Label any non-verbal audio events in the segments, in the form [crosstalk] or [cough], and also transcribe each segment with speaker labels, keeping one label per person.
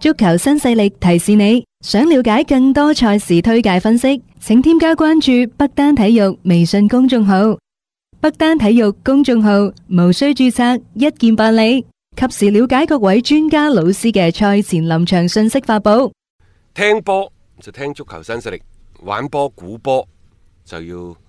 Speaker 1: 足球新勢力提示你，想了解更多賽事推介分析，請添加關注北單體育微信公眾號。北單體育公眾號無需註冊，一鍵辦理，及時了解各位專家老師嘅賽前臨場信息發布。
Speaker 2: 聽波就聽足球新勢力，玩波估波就要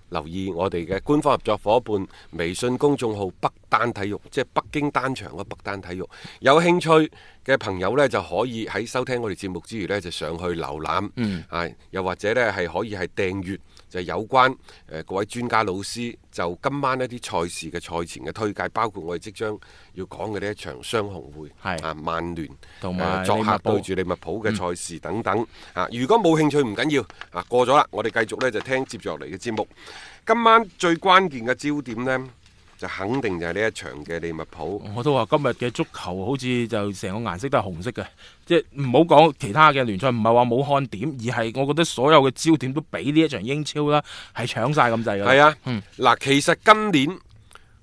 Speaker 2: 留意我哋嘅官方合作伙伴微信公眾號北單體育，即係北京單場嘅北單體育。有興趣嘅朋友呢，就可以喺收聽我哋節目之餘呢，就上去瀏覽，
Speaker 3: 嗯
Speaker 2: 啊，又或者呢，係可以係訂閱。就係有關誒、呃各位專家老師就今晚一啲賽事嘅賽前嘅推介，包括我哋即將要講嘅呢一場雙紅會，
Speaker 3: 係
Speaker 2: 啊曼聯
Speaker 3: 同埋
Speaker 2: 呃作
Speaker 3: 利物
Speaker 2: 客
Speaker 3: 浦
Speaker 2: 對住利物浦嘅賽事等等、啊！如果冇興趣唔緊要啊，過咗啦，我哋繼續呢就聽接住落嚟嘅節目。今晚最關鍵嘅焦點呢，就肯定就係呢一場嘅利物浦。
Speaker 3: 我都話今日嘅足球好似就成個顏色都係紅色嘅，即係唔好講其他嘅聯賽，唔係話冇看點，而係我覺得所有嘅焦點都俾呢一場英超啦，係搶晒咁滯㗎啦。
Speaker 2: 係啊，
Speaker 3: 嗯
Speaker 2: 嗱、其實今年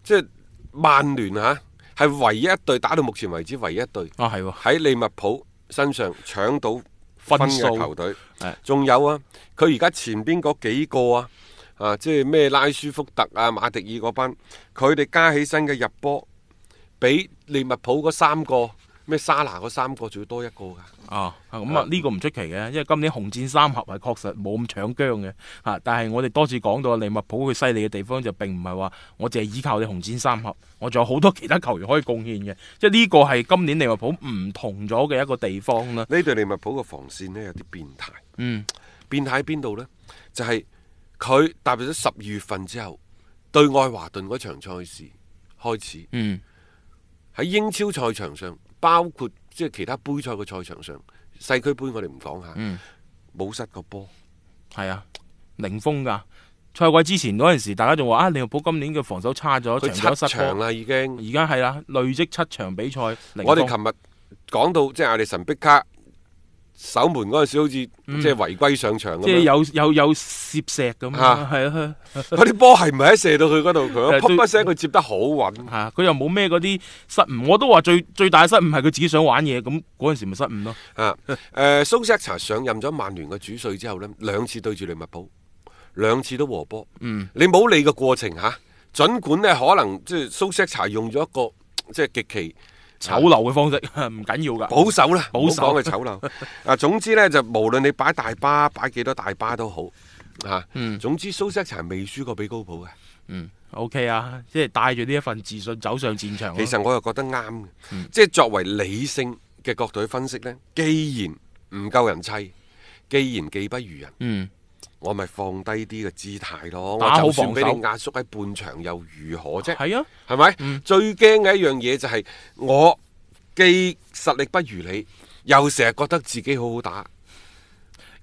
Speaker 2: 即係曼聯嚇係唯一一隊打到目前為止唯一一隊。
Speaker 3: 啊係喎，
Speaker 2: 喺利物浦身上搶到分
Speaker 3: 分
Speaker 2: 嘅
Speaker 3: 數
Speaker 2: 球隊
Speaker 3: 係，
Speaker 2: 仲有啊，佢而家前邊嗰幾個啊，啊，即係咩拉舒福特啊、馬迪爾嗰班，佢哋加起身嘅入波，比利物浦嗰三個咩沙拿嗰三個仲要多一個㗎。
Speaker 3: 啊咁啊呢個唔出奇嘅，因為今年紅箭三俠係確實冇咁搶姜嘅嚇，但係我哋多次講到利物浦佢犀利嘅地方就並唔係話我淨係依靠你紅箭三俠，我仲有好多其他球員可以貢獻嘅，即係呢個係今年利物浦唔同咗嘅一個地方啦。
Speaker 2: 呢隊利物浦嘅防線呢，有啲變態，
Speaker 3: 嗯，
Speaker 2: 變態喺邊度呢？就係佢踏入咗十二月份之後，對愛華頓嗰場賽事開始。
Speaker 3: 嗯。
Speaker 2: 喺英超賽場上，包括即係其他杯賽嘅賽場上，世俱杯我哋唔講下，
Speaker 3: 嗯
Speaker 2: 冇、失過波，
Speaker 3: 係啊，零封噶。賽季之前嗰陣時，大家仲話啊，利物浦今年嘅防守差咗，
Speaker 2: 佢
Speaker 3: 場
Speaker 2: 七
Speaker 3: 咗失
Speaker 2: 場
Speaker 3: 波。
Speaker 2: 啦已經。
Speaker 3: 而家係啦，累積七場比賽零封。
Speaker 2: 我哋琴日講到即係阿利神碧卡守門嗰陣時，好似即係違規上場咁
Speaker 3: 嗯即係
Speaker 2: 樣。
Speaker 3: 有有有攝石咁
Speaker 2: 啊
Speaker 3: 啊，係啊，
Speaker 2: 嗰啲波係唔係一射到佢嗰度，佢
Speaker 3: 誒
Speaker 2: 一噗
Speaker 3: 都
Speaker 2: 一聲，佢接得好穩。
Speaker 3: 係啊佢又冇咩嗰啲失誤。我都話最最大嘅失誤係佢自己想玩嘢，咁嗰陣時咪失誤咯。 [laughs]
Speaker 2: 啊，誒、呃，蘇斯克查上任咗曼聯嘅主帥之後呢，兩次對住利物浦，兩次都和波。
Speaker 3: 嗯，
Speaker 2: 你冇理個過程嚇、儘管呢可能即係蘇斯克查用咗一個即係極其啊
Speaker 3: 醜陋嘅方式 [laughs] 唔緊要㗎。
Speaker 2: 保守啦，
Speaker 3: 保守
Speaker 2: 唔好講佢醜
Speaker 3: [laughs]
Speaker 2: 陋。啊，總之呢，就無論你擺大巴擺幾多大巴都好，啊，
Speaker 3: 嗯
Speaker 2: 總之蘇斯克查未輸過俾高普嘅。
Speaker 3: 嗯，OK 啊，即係帶住呢一份自信走上戰場咯。
Speaker 2: 其實我又覺得啱嘅，
Speaker 3: 嗯
Speaker 2: 即係作為理性嘅角度去分析呢，既然唔夠人砌，既然技不如人。
Speaker 3: 嗯，
Speaker 2: 我咪放低啲嘅姿態咯，
Speaker 3: 打好
Speaker 2: 我就算
Speaker 3: 防
Speaker 2: 俾你
Speaker 3: 守
Speaker 2: 壓縮喺半場又如何啫？
Speaker 3: 係啊，
Speaker 2: 係咪？
Speaker 3: 嗯
Speaker 2: 最驚嘅一樣嘢就係我既實力不如你，又成日覺得自己好好打，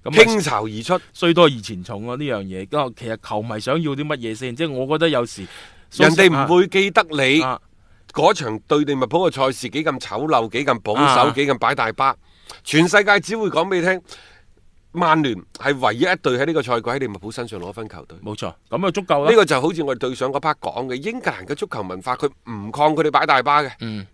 Speaker 3: 咁啊咪
Speaker 2: 傾巢而出。
Speaker 3: 衰多而前重啊呢樣嘢。咁其實球迷想要啲乜嘢先？即係我覺得有時
Speaker 2: 人哋唔會記得你
Speaker 3: 啊
Speaker 2: 嗰場對利物浦嘅賽事幾咁醜陋、幾咁保守、
Speaker 3: 啊
Speaker 2: 幾咁擺大巴，全世界只會講俾你聽，曼聯係唯一一隊喺呢個賽季喺利物浦身上攞分球隊。
Speaker 3: 冇錯，咁啊就足夠啦。
Speaker 2: 呢個就好似我哋對上嗰 part 講嘅，英格蘭嘅足球文化佢唔抗佢哋擺大巴嘅。
Speaker 3: 嗯，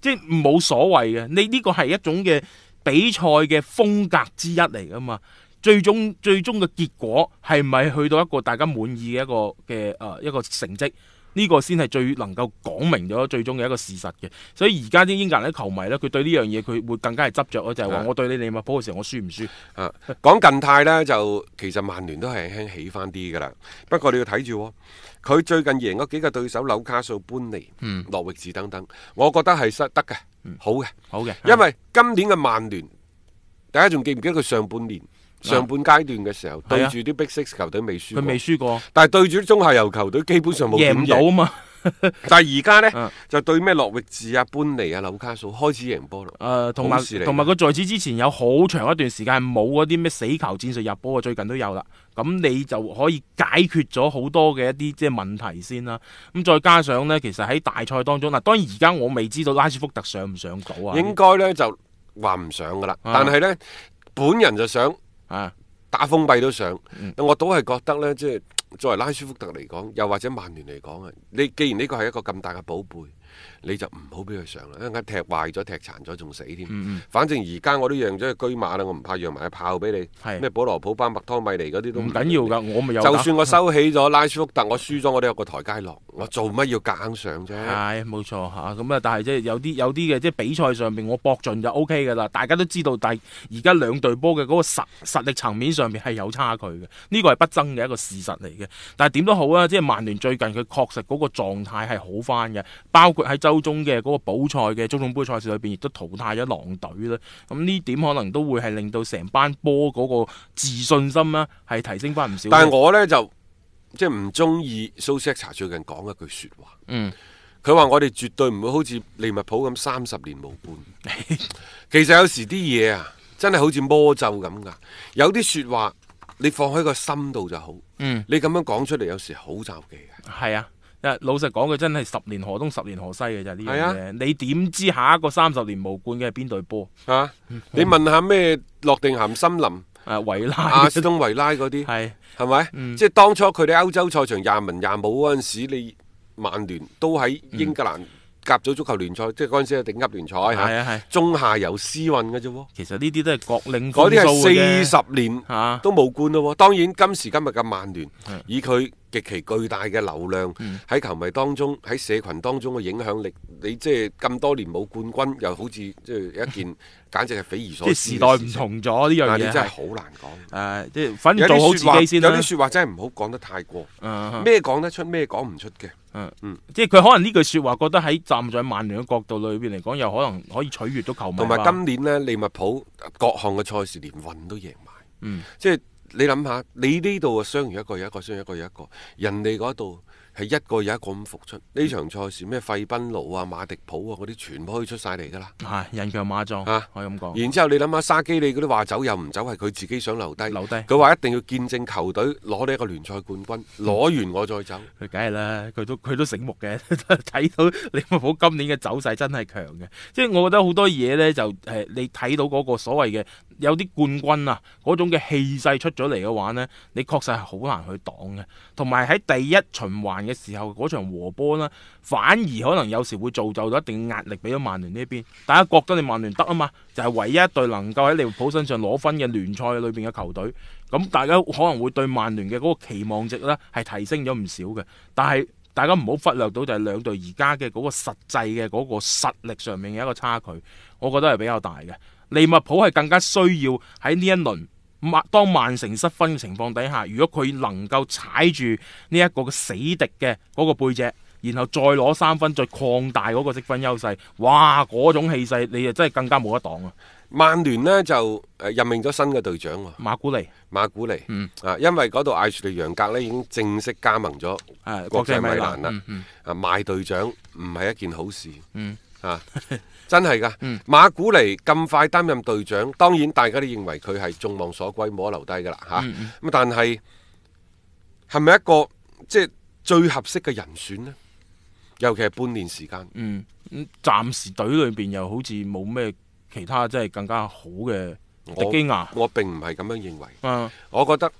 Speaker 3: 即係冇所謂嘅，你呢個係一種嘅比賽嘅風格之一嚟噶嘛。最終最終嘅結果係咪去到一個大家滿意嘅一個嘅誒、呃一個成績？呢個先係最能夠講明咗最終嘅一個事實嘅，所以而家啲英格蘭啲球迷呢，佢對呢樣嘢佢會更加係執着咯，就係、話
Speaker 2: 係
Speaker 3: 我對你利物浦嘅時候，我輸唔輸？
Speaker 2: 啊，講近態呢，就其實曼聯都係輕輕起翻啲㗎啦。不過你要睇住喎，佢最近贏嗰幾個對手，紐卡素、班尼、
Speaker 3: 嗯
Speaker 2: 諾域治等等，我覺得係失得嘅，好嘅。
Speaker 3: 好嘅，
Speaker 2: 因為今年嘅曼聯，大家仲記唔記得佢上半年、上半階段嘅時候對
Speaker 3: 啊係啊
Speaker 2: 住啲 Big Six 球隊未輸過
Speaker 3: 佢未輸過，
Speaker 2: 但係對住啲中下游球隊基本上冇
Speaker 3: 贏
Speaker 2: 點
Speaker 3: 唔到
Speaker 2: 贏。
Speaker 3: 啊嘛。
Speaker 2: 但係而家呢，
Speaker 3: 啊
Speaker 2: 就對咩諾域治啊、班尼啊、紐卡素開始贏波啦。
Speaker 3: 誒，呃同埋
Speaker 2: 好事嚟㗎
Speaker 3: 同埋佢在此之前有好長一段時間係冇嗰啲咩死球戰術入波啊，最近都有啦。咁你就可以解決咗好多嘅一啲即係問題先啦。咁再加上呢，其實喺大賽當中嗱，當然而家我未知道拉舒福特上唔上到啊。
Speaker 2: 應該呢，就話唔上㗎啦，
Speaker 3: 啊
Speaker 2: 但係呢，本人就想。
Speaker 3: 啊，
Speaker 2: 打封閉都上
Speaker 3: 嗯，
Speaker 2: 我都係覺得呢，即係作為拉舒福特嚟講，又或者曼聯嚟講啊，你既然呢個係一個咁大嘅寶貝，你就唔好俾佢上啦，一陣間踢壞咗、踢殘咗仲死添。
Speaker 3: 嗯嗯
Speaker 2: 反正而家我都讓咗佢車馬啦，我唔怕讓埋炮俾你。
Speaker 3: 係
Speaker 2: 咩保羅普巴、麥湯米尼嗰啲都
Speaker 3: 唔緊要噶，我咪有
Speaker 2: 就
Speaker 3: 打
Speaker 2: 算我收起咗拉舒福特，我輸咗我都有個台階落。我做乜要夾硬上啫？
Speaker 3: 係冇錯嚇，咁啊，但係即係有啲有啲嘅即係比賽上面我搏盡就 O K 噶啦，大家都知道，但係而家兩隊波嘅嗰個實實力層面上面係有差距嘅，呢個係不爭嘅一個事實嚟嘅。但係點都好啊，即係曼聯最近佢確實嗰個狀態係好翻嘅，包括喺周中嘅嗰個補賽嘅足總杯賽事裏邊，亦都淘汰咗狼隊啦。咁呢點可能都會係令到成班波嗰個自信心啦係提升翻唔少嘅。
Speaker 2: 但係我呢，就即係唔中意蘇斯查最近講一句説話。
Speaker 3: 嗯
Speaker 2: 佢話：我哋絕對唔會好似利物浦咁三十年無冠。其實有時啲嘢啊，真係好似魔咒咁噶。有啲説話你放喺個心度就好，
Speaker 3: 嗯。
Speaker 2: 你咁樣講出嚟有時好罩忌嘅。
Speaker 3: 系啊，因為老實講，佢真係十年河東，十年河西嘅咋呢樣
Speaker 2: 係
Speaker 3: 嘢。你點知下一個三十年無冠嘅係邊隊波？
Speaker 2: 啊！你問下咩諾定咸森林、
Speaker 3: 诶、啊維拉
Speaker 2: 阿斯通維拉嗰啲，
Speaker 3: 係
Speaker 2: 係咪？
Speaker 3: 嗯
Speaker 2: 即係當初佢哋歐洲賽場廿文廿武嗰陣時，你曼聯都喺英格蘭甲組足球聯賽，即係嗰陣時係頂級聯賽
Speaker 3: 嗯係
Speaker 2: 嚇，
Speaker 3: 啊係。
Speaker 2: 中下游私運嘅啫喎。
Speaker 3: 其實呢啲都係各領
Speaker 2: 嗰啲係
Speaker 3: 係
Speaker 2: 四十年
Speaker 3: 吓，啊
Speaker 2: 都冇冠咯喎。當然今時今日嘅曼聯
Speaker 3: 係，
Speaker 2: 以佢極其巨大嘅流量
Speaker 3: 嗯
Speaker 2: 喺球迷當中、喺社群當中嘅影響力，你即係咁多年冇冠軍，又好似即係一件簡直係匪夷
Speaker 3: 即
Speaker 2: 所
Speaker 3: 係
Speaker 2: 思。
Speaker 3: 時代唔，同咗呢樣
Speaker 2: 但係
Speaker 3: 嘢
Speaker 2: 你真係
Speaker 3: 係。
Speaker 2: 好難講。
Speaker 3: 诶、即係反
Speaker 2: 有
Speaker 3: 正
Speaker 2: 啲
Speaker 3: 做好
Speaker 2: 説話，
Speaker 3: 自己
Speaker 2: 有
Speaker 3: 先啦。
Speaker 2: 啲説話真係唔好講得太過。
Speaker 3: 嗯嗯
Speaker 2: 咩講得出，咩嗯講唔出嘅。
Speaker 3: 啊即係佢可能呢句说話，覺得喺站在曼聯嘅角度裏邊嚟講，又可能可以取悦到球迷吧。
Speaker 2: 同埋今年呢，利物浦各項嘅賽事連運都贏埋。
Speaker 3: 嗯
Speaker 2: 即係你諗下，你呢度啊傷完一個有一個，傷完一個有一個，人哋嗰度係一個有一個咁復出。呢場賽事咩費賓奴啊、馬迪普啊嗰啲全部可以出晒嚟㗎啦。
Speaker 3: 係人強馬壯，
Speaker 2: 啊
Speaker 3: 可以咁講。
Speaker 2: 然之後你諗下沙基利嗰啲話走又唔走，係佢自己想留低。
Speaker 3: 留低
Speaker 2: 佢話一定要見證球隊攞呢一個聯賽冠軍，攞完我再走。
Speaker 3: 佢梗係啦，佢都佢都醒目嘅， [laughs] 睇到利物浦今年嘅走勢真係強嘅，即係我覺得好多嘢呢，就誒、你睇到嗰個所謂嘅有啲冠軍啊嗰種嘅氣勢出咗嚟嘅話呢，你確實係好難去擋嘅，同埋喺第一循環嘅時候嗰場和波啦，反而可能有時會造就到一定嘅壓力俾咗曼聯呢邊，大家覺得你曼聯得啊嘛，就係、唯一一隊能夠喺利物浦身上攞分嘅聯賽裏邊嘅球隊。咁大家可能會對曼聯嘅嗰個期望值呢係提升咗唔少嘅，但係大家唔好忽略到就係兩隊而家嘅嗰個實際嘅嗰個實力上面嘅一個差距，我覺得係比較大嘅。利物浦係更加需要喺呢一輪曼當曼城失分嘅情況底下，如果佢能夠踩住呢一個死敵嘅嗰個背脊。然後再攞三分，再擴大嗰個積分優勢，哇！嗰種氣勢你就真係更加冇得擋啊！
Speaker 2: 曼聯呢就誒任命咗新嘅隊長喎，
Speaker 3: 馬古尼，
Speaker 2: 馬古尼。
Speaker 3: 嗯
Speaker 2: 啊，因為嗰度艾雪利楊格呢已經正式加盟咗國
Speaker 3: 誒國
Speaker 2: 際
Speaker 3: 際米
Speaker 2: 米
Speaker 3: 蘭
Speaker 2: 蘭啦
Speaker 3: 嗯嗯
Speaker 2: 啊賣隊長，唔係一件好事。
Speaker 3: 嗯
Speaker 2: 啊， [laughs] 真係噶
Speaker 3: 嗯。
Speaker 2: 馬古尼咁快擔任隊長，當然大家都認為佢係眾望所歸，冇得留低噶啦嚇。咁、
Speaker 3: 嗯嗯
Speaker 2: 但係係咪一個即係最合適嘅人選呢？尤其係半年時間，
Speaker 3: 嗯，嗯暫時隊裏邊又好似冇咩其他即係更加好嘅迪基亞，
Speaker 2: 我並唔係咁樣認為。
Speaker 3: 嗯
Speaker 2: 我覺得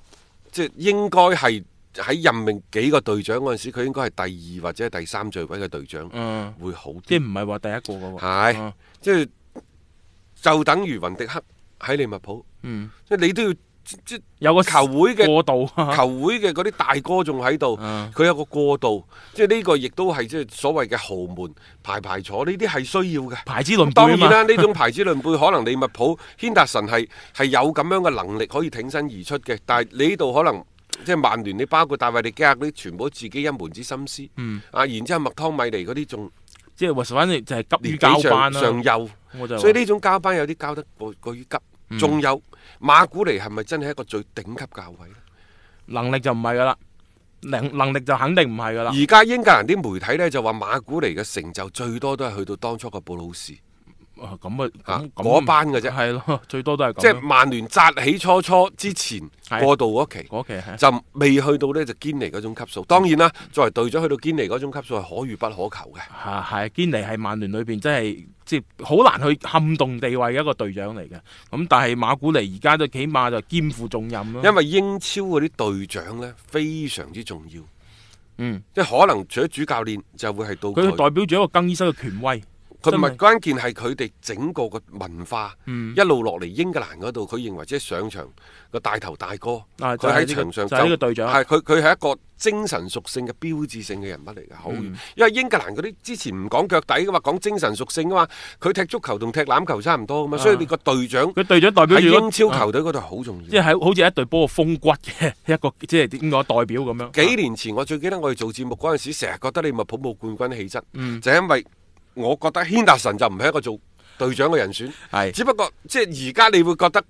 Speaker 2: 即係應該係喺任命幾個隊長嗰陣時，佢應該係第二或者係第三最位嘅隊長
Speaker 3: 嗯，
Speaker 2: 會好啲
Speaker 3: 即。係唔係話第一個嗰個，
Speaker 2: 係、
Speaker 3: 嗯
Speaker 2: 即係就等於雲迪克喺利物浦，
Speaker 3: 嗯，
Speaker 2: 即係你都要即即
Speaker 3: 有個
Speaker 2: 球會嘅啊
Speaker 3: 過渡，啊
Speaker 2: 球會嘅嗰啲大哥仲喺度，
Speaker 3: 嗯
Speaker 2: 佢有個過渡，即係呢個亦都係即係所謂嘅豪門排排坐，呢啲係需要嘅。
Speaker 3: 牌子輪
Speaker 2: 當
Speaker 3: 背啊
Speaker 2: 然
Speaker 3: 嘛，
Speaker 2: 啦，呢種排子論輩可能利物浦、軒達臣係係有咁樣嘅能力可以挺身而出嘅，但係你呢度可能即係曼聯，你包括大衛利加嗰啲，全部都自己一門子心思。
Speaker 3: 嗯
Speaker 2: 啊，然之後麥湯米尼嗰啲仲
Speaker 3: 即係話反正就係急於
Speaker 2: 年
Speaker 3: 交
Speaker 2: 紀
Speaker 3: 班
Speaker 2: 上
Speaker 3: 啦，
Speaker 2: 上幼。
Speaker 3: 我就話嗯
Speaker 2: 所以呢種交班有啲交得過過於急，仲有馬古尼係咪真係一個最頂級教位呢？
Speaker 3: 能力就唔係噶啦，能能力就肯定唔係噶啦，
Speaker 2: 而家英格蘭啲媒體呢，就話馬古尼嘅成就最多都係去到當初嘅布魯士，
Speaker 3: 啊咁
Speaker 2: 啊
Speaker 3: 啊咁咁
Speaker 2: 嗰班嘅啫
Speaker 3: 係咯，最多都係
Speaker 2: 即係
Speaker 3: 咁咯，
Speaker 2: 曼聯扎起初初之前
Speaker 3: 係
Speaker 2: 過渡嗰期。
Speaker 3: 嗰期係
Speaker 2: 就未去到呢，就堅尼嗰種級數，當然啦，作為隊長去到堅尼嗰種級數係可遇不可求嘅。
Speaker 3: 嚇係堅尼係曼聯裏邊真係即係好難去撼動地位嘅一個隊長嚟嘅。咁但係馬古尼而家都起碼就肩負重任咯。
Speaker 2: 因為英超嗰啲隊長呢，非常之重要，
Speaker 3: 嗯，
Speaker 2: 即係可能除咗主教練就會係到
Speaker 3: 佢代
Speaker 2: 佢，
Speaker 3: 表住一個更衣室嘅權威。
Speaker 2: 佢唔
Speaker 3: 真係
Speaker 2: 係關鍵係佢哋整個個文化、
Speaker 3: 嗯
Speaker 2: 一路落嚟英格蘭嗰度，佢認為即係上場個大頭大哥，
Speaker 3: 啊，就
Speaker 2: 佢喺
Speaker 3: 係呢個
Speaker 2: 場上
Speaker 3: 就係呢個隊長。
Speaker 2: 係佢佢係一個精神屬性嘅標誌性嘅人物嚟嘅，好、
Speaker 3: 嗯
Speaker 2: 因為英格蘭嗰啲之前唔講腳底噶嘛，講精神屬性噶嘛，佢踢足球同踢欖球差唔多噶嘛，
Speaker 3: 啊
Speaker 2: 所以你個隊長
Speaker 3: 佢隊長代表
Speaker 2: 喺
Speaker 3: 住
Speaker 2: 英超
Speaker 3: 嗰
Speaker 2: 球隊嗰度好重要。
Speaker 3: 即係喺好似一隊波嘅風骨嘅一個，即係點講代表咁樣。
Speaker 2: 幾年前我最記得我哋做節目嗰陣時，成日覺得利物浦冇冠軍氣質，
Speaker 3: 嗯
Speaker 2: 就因為我覺得軒達臣就唔係一個做隊長嘅人選，
Speaker 3: 係
Speaker 2: 只不過即係而家你會覺得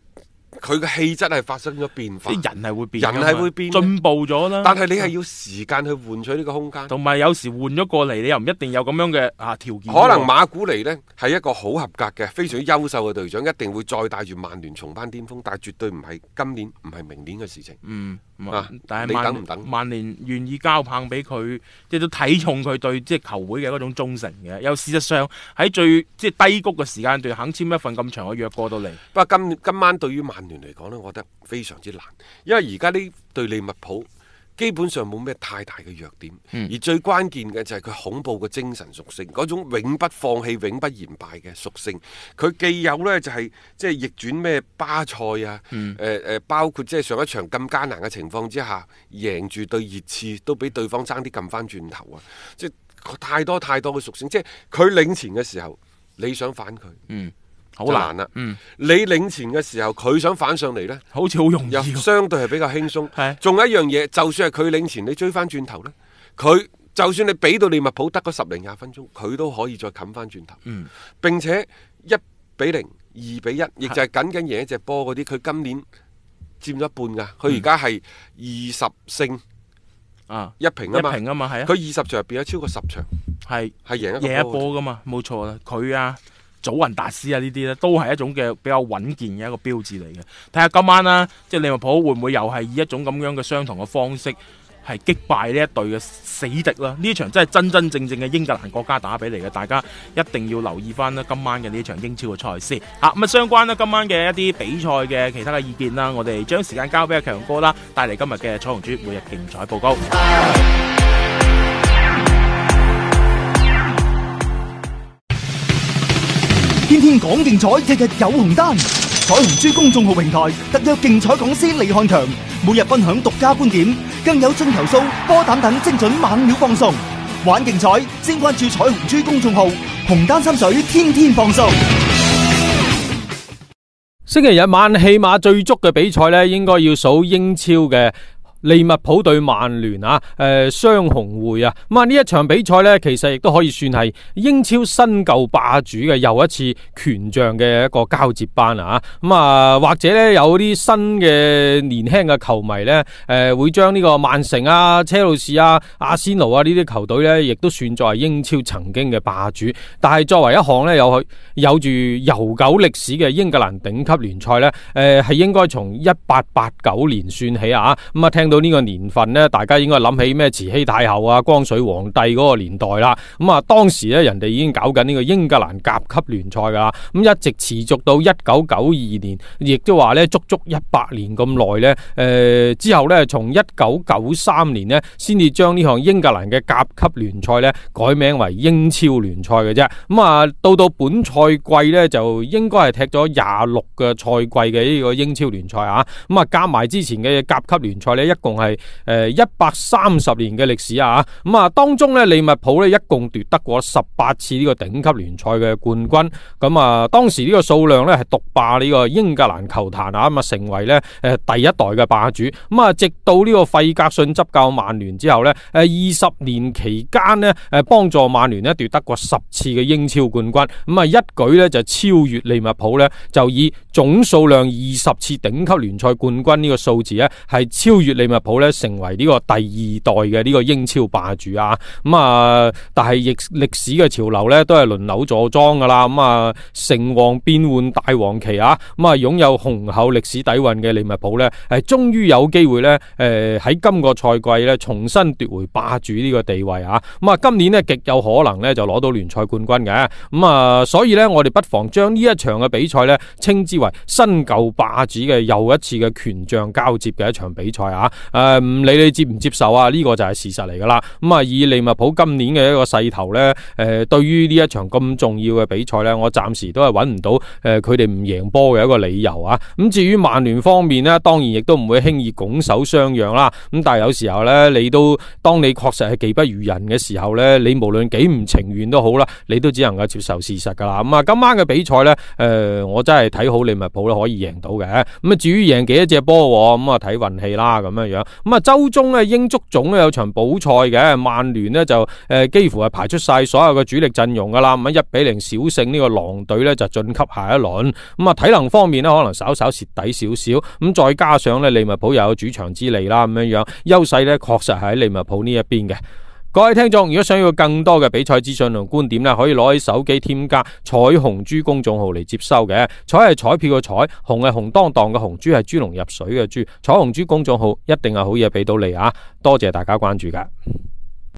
Speaker 2: 佢嘅氣質係發生咗變化，
Speaker 3: 啲人係會變㗎嘛，
Speaker 2: 人係會變嘅
Speaker 3: 進步咗啦。
Speaker 2: 但係你係要時間去換取呢個空間。
Speaker 3: 同埋有時換咗過嚟，你又唔一定有咁樣嘅啊條件喎。
Speaker 2: 可能馬古尼呢係一個好合格嘅、非常之優秀嘅隊長，一定會再帶住曼聯重攀巔峰，但係絕對唔係今年、唔係明年嘅事情。
Speaker 3: 嗯，
Speaker 2: 啊
Speaker 3: 但係
Speaker 2: 你
Speaker 3: 曼
Speaker 2: 等唔等
Speaker 3: 曼聯願意交棒俾佢，即係都睇重佢對即係球會嘅嗰種忠誠嘅。又事實上喺最即係低谷嘅時間段，肯簽一份咁長嘅約過到嚟，
Speaker 2: 不過今今晚對於曼聯嚟講呢，我覺得非常之難，因為而家呢對利物浦基本上冇咩太大嘅弱點，
Speaker 3: 嗯
Speaker 2: 而最關鍵嘅就係佢恐怖嘅精神屬性，嗰種永不放棄、永不言敗嘅屬性。佢既有呢，就係即係逆轉咩巴塞啊，誒誒、
Speaker 3: 嗯
Speaker 2: 呃包括即係上一場咁艱難嘅情況之下，贏住對熱刺都俾對方爭啲撳翻轉頭啊！即係佢太多太多嘅屬性，即係佢領前嘅時候，你想反佢。
Speaker 3: 嗯，好
Speaker 2: 就
Speaker 3: 難
Speaker 2: 難啦啊
Speaker 3: 嗯，
Speaker 2: 你領前嘅時候，佢想反上嚟呢，
Speaker 3: 好似好容易
Speaker 2: 又
Speaker 3: 喎，
Speaker 2: 相對係比較輕鬆
Speaker 3: 係。
Speaker 2: 仲有一樣嘢，就算係佢領前，你追翻轉頭呢，佢就算你俾到利物浦得嗰十零廿分鐘，佢都可以再冚翻轉頭。
Speaker 3: 嗯，
Speaker 2: 並且一比零、二比一，亦就係僅僅贏一隻波嗰啲，佢今年佔咗一半
Speaker 3: 嗯
Speaker 2: 㗎。佢而家係二十勝
Speaker 3: 啊，
Speaker 2: 一平啊
Speaker 3: 一
Speaker 2: 嘛，
Speaker 3: 平啊嘛，係啊
Speaker 2: 佢，二十場變咗超過十場，
Speaker 3: 係
Speaker 2: 係贏
Speaker 3: 贏
Speaker 2: 一個
Speaker 3: 一波噶嘛，冇錯啦，佢啊。祖雲達斯啊，呢啲咧都係一種嘅比較穩健嘅一個標誌嚟嘅。睇下今晚啦、即係利物浦會唔會又係以一種咁樣嘅相同嘅方式係擊敗呢一隊嘅死敵啦？呢場真係真真正正嘅英格蘭國家打比嚟嘅，大家一定要留意翻啦。今晚嘅呢場英超嘅賽事嚇咁啊，相關啦今晚嘅一啲比賽嘅其他嘅意見啦，我哋將時間交俾阿強哥啦，帶嚟今日嘅彩虹豬每日競彩報告。
Speaker 4: 天天講競彩，日日有紅單。彩虹珠公眾號平台特約競彩講師李漢強，每日分享獨家觀點，更有進球數、波膽等精準猛料放送。玩競彩，先關注彩虹珠公眾號，紅單心水，天天放送。
Speaker 5: 星期日晚戲碼最足嘅比賽呢，應該要數英超嘅。利物浦對曼聯啊，誒、雙紅會啊，咁啊呢一場比賽呢，其實亦都可以算係英超新舊霸主嘅又一次權杖嘅一個交接班啊，咁啊或者呢，有啲新嘅年輕嘅球迷呢，誒、會將呢個曼城啊、車路士啊、阿仙奴啊呢啲球隊呢，亦都算作係英超曾經嘅霸主，但係作為一項呢，有佢有住悠久歷史嘅英格蘭頂級聯賽呢，呃誒、係應該從一八八九年算起啊。咁啊，聽到呢個年份呢，大家應該諗起咩慈禧太后啊、光緒皇帝嗰個年代啦。咁啊，當時呢，人哋已經搞緊呢個英格蘭甲級聯賽噶啦，咁一直持續到一九九二年，亦都話呢，足足一百年咁耐呢。誒、之後呢，從一九九三年呢，先至將呢項英格蘭嘅甲級聯賽呢改名為英超聯賽嘅啫。咁啊，到到本賽季呢，就應該係踢咗廿六個賽季嘅呢個英超聯賽啊。咁啊，加埋之前嘅甲級聯賽呢，一共係誒一百三十年嘅歷史啊。咁啊，當中呢，利物浦呢，一共奪得過十八次呢個頂級聯賽嘅冠軍。咁啊，當時呢個數量呢，係獨霸呢個英格蘭球壇啊，咁啊成為呢誒第一代嘅霸主。咁啊，直到呢個費格遜執教曼聯之後呢，誒二十年期間呢，誒幫助曼聯呢奪得過十次嘅英超冠軍。咁啊，一舉呢就超越利物浦呢，就以總數量二十次頂級聯賽冠軍呢個數字呢，係超越利物浦呢，成為呢個第二代嘅呢個英超霸主啊。咁啊，但係亦歷史嘅潮流咧，都係輪流坐莊噶啦。咁啊，成王變換大王旗啊，咁啊，擁有雄厚歷史底蘊嘅利物浦咧，係終於有機會咧，誒、喺今個賽季咧重新奪回霸主呢個地位啊。咁啊，今年呢，極有可能咧就攞到聯賽冠軍嘅。咁啊，所以咧我哋不妨將呢一場嘅比賽咧稱之為新舊霸主嘅又一次嘅權杖交接嘅一場比賽啊。诶唔理你接唔接受啊，呢、個就係事實嚟㗎啦。咁啊，以利物浦今年嘅一個勢頭呢，诶、對於呢一場咁重要嘅比賽呢，我暫時都係揾唔到诶佢哋唔贏波嘅一個理由啊。咁至於曼聯方面呢，當然亦都唔會輕易拱手相讓啦。咁但係有時候呢，你都當你確實係技不如人嘅時候呢，你無論幾唔情願都好啦，你都只能夠接受事實㗎啦。咁啊，今晚嘅比賽呢，诶、我真係睇好利物浦啦，可以贏到嘅。咁啊，至於贏幾多隻波喎，咁啊睇運氣啦咁樣樣。咁啊，周中呢，英足總呢有場補賽嘅，曼聯呢就诶、呃幾乎係排出晒所有嘅主力陣容㗎啦。咁啊，一比零小勝呢個狼隊呢，就晉級下一輪。咁啊，體能方面呢，可能稍稍蝕底少少。咁再加上呢，利物浦又有主場之利啦，咁樣樣優勢呢，確實係喺利物浦呢一邊嘅。各位聽眾，如果想要更多嘅比賽資訊同觀點呢，可以攞起手機添加彩虹豬公眾號嚟接收嘅。彩係彩票嘅彩，紅係紅當當嘅紅，豬係豬籠入水嘅豬。彩虹豬公眾號一定係好嘢俾到你啊！多謝大家關注㗎。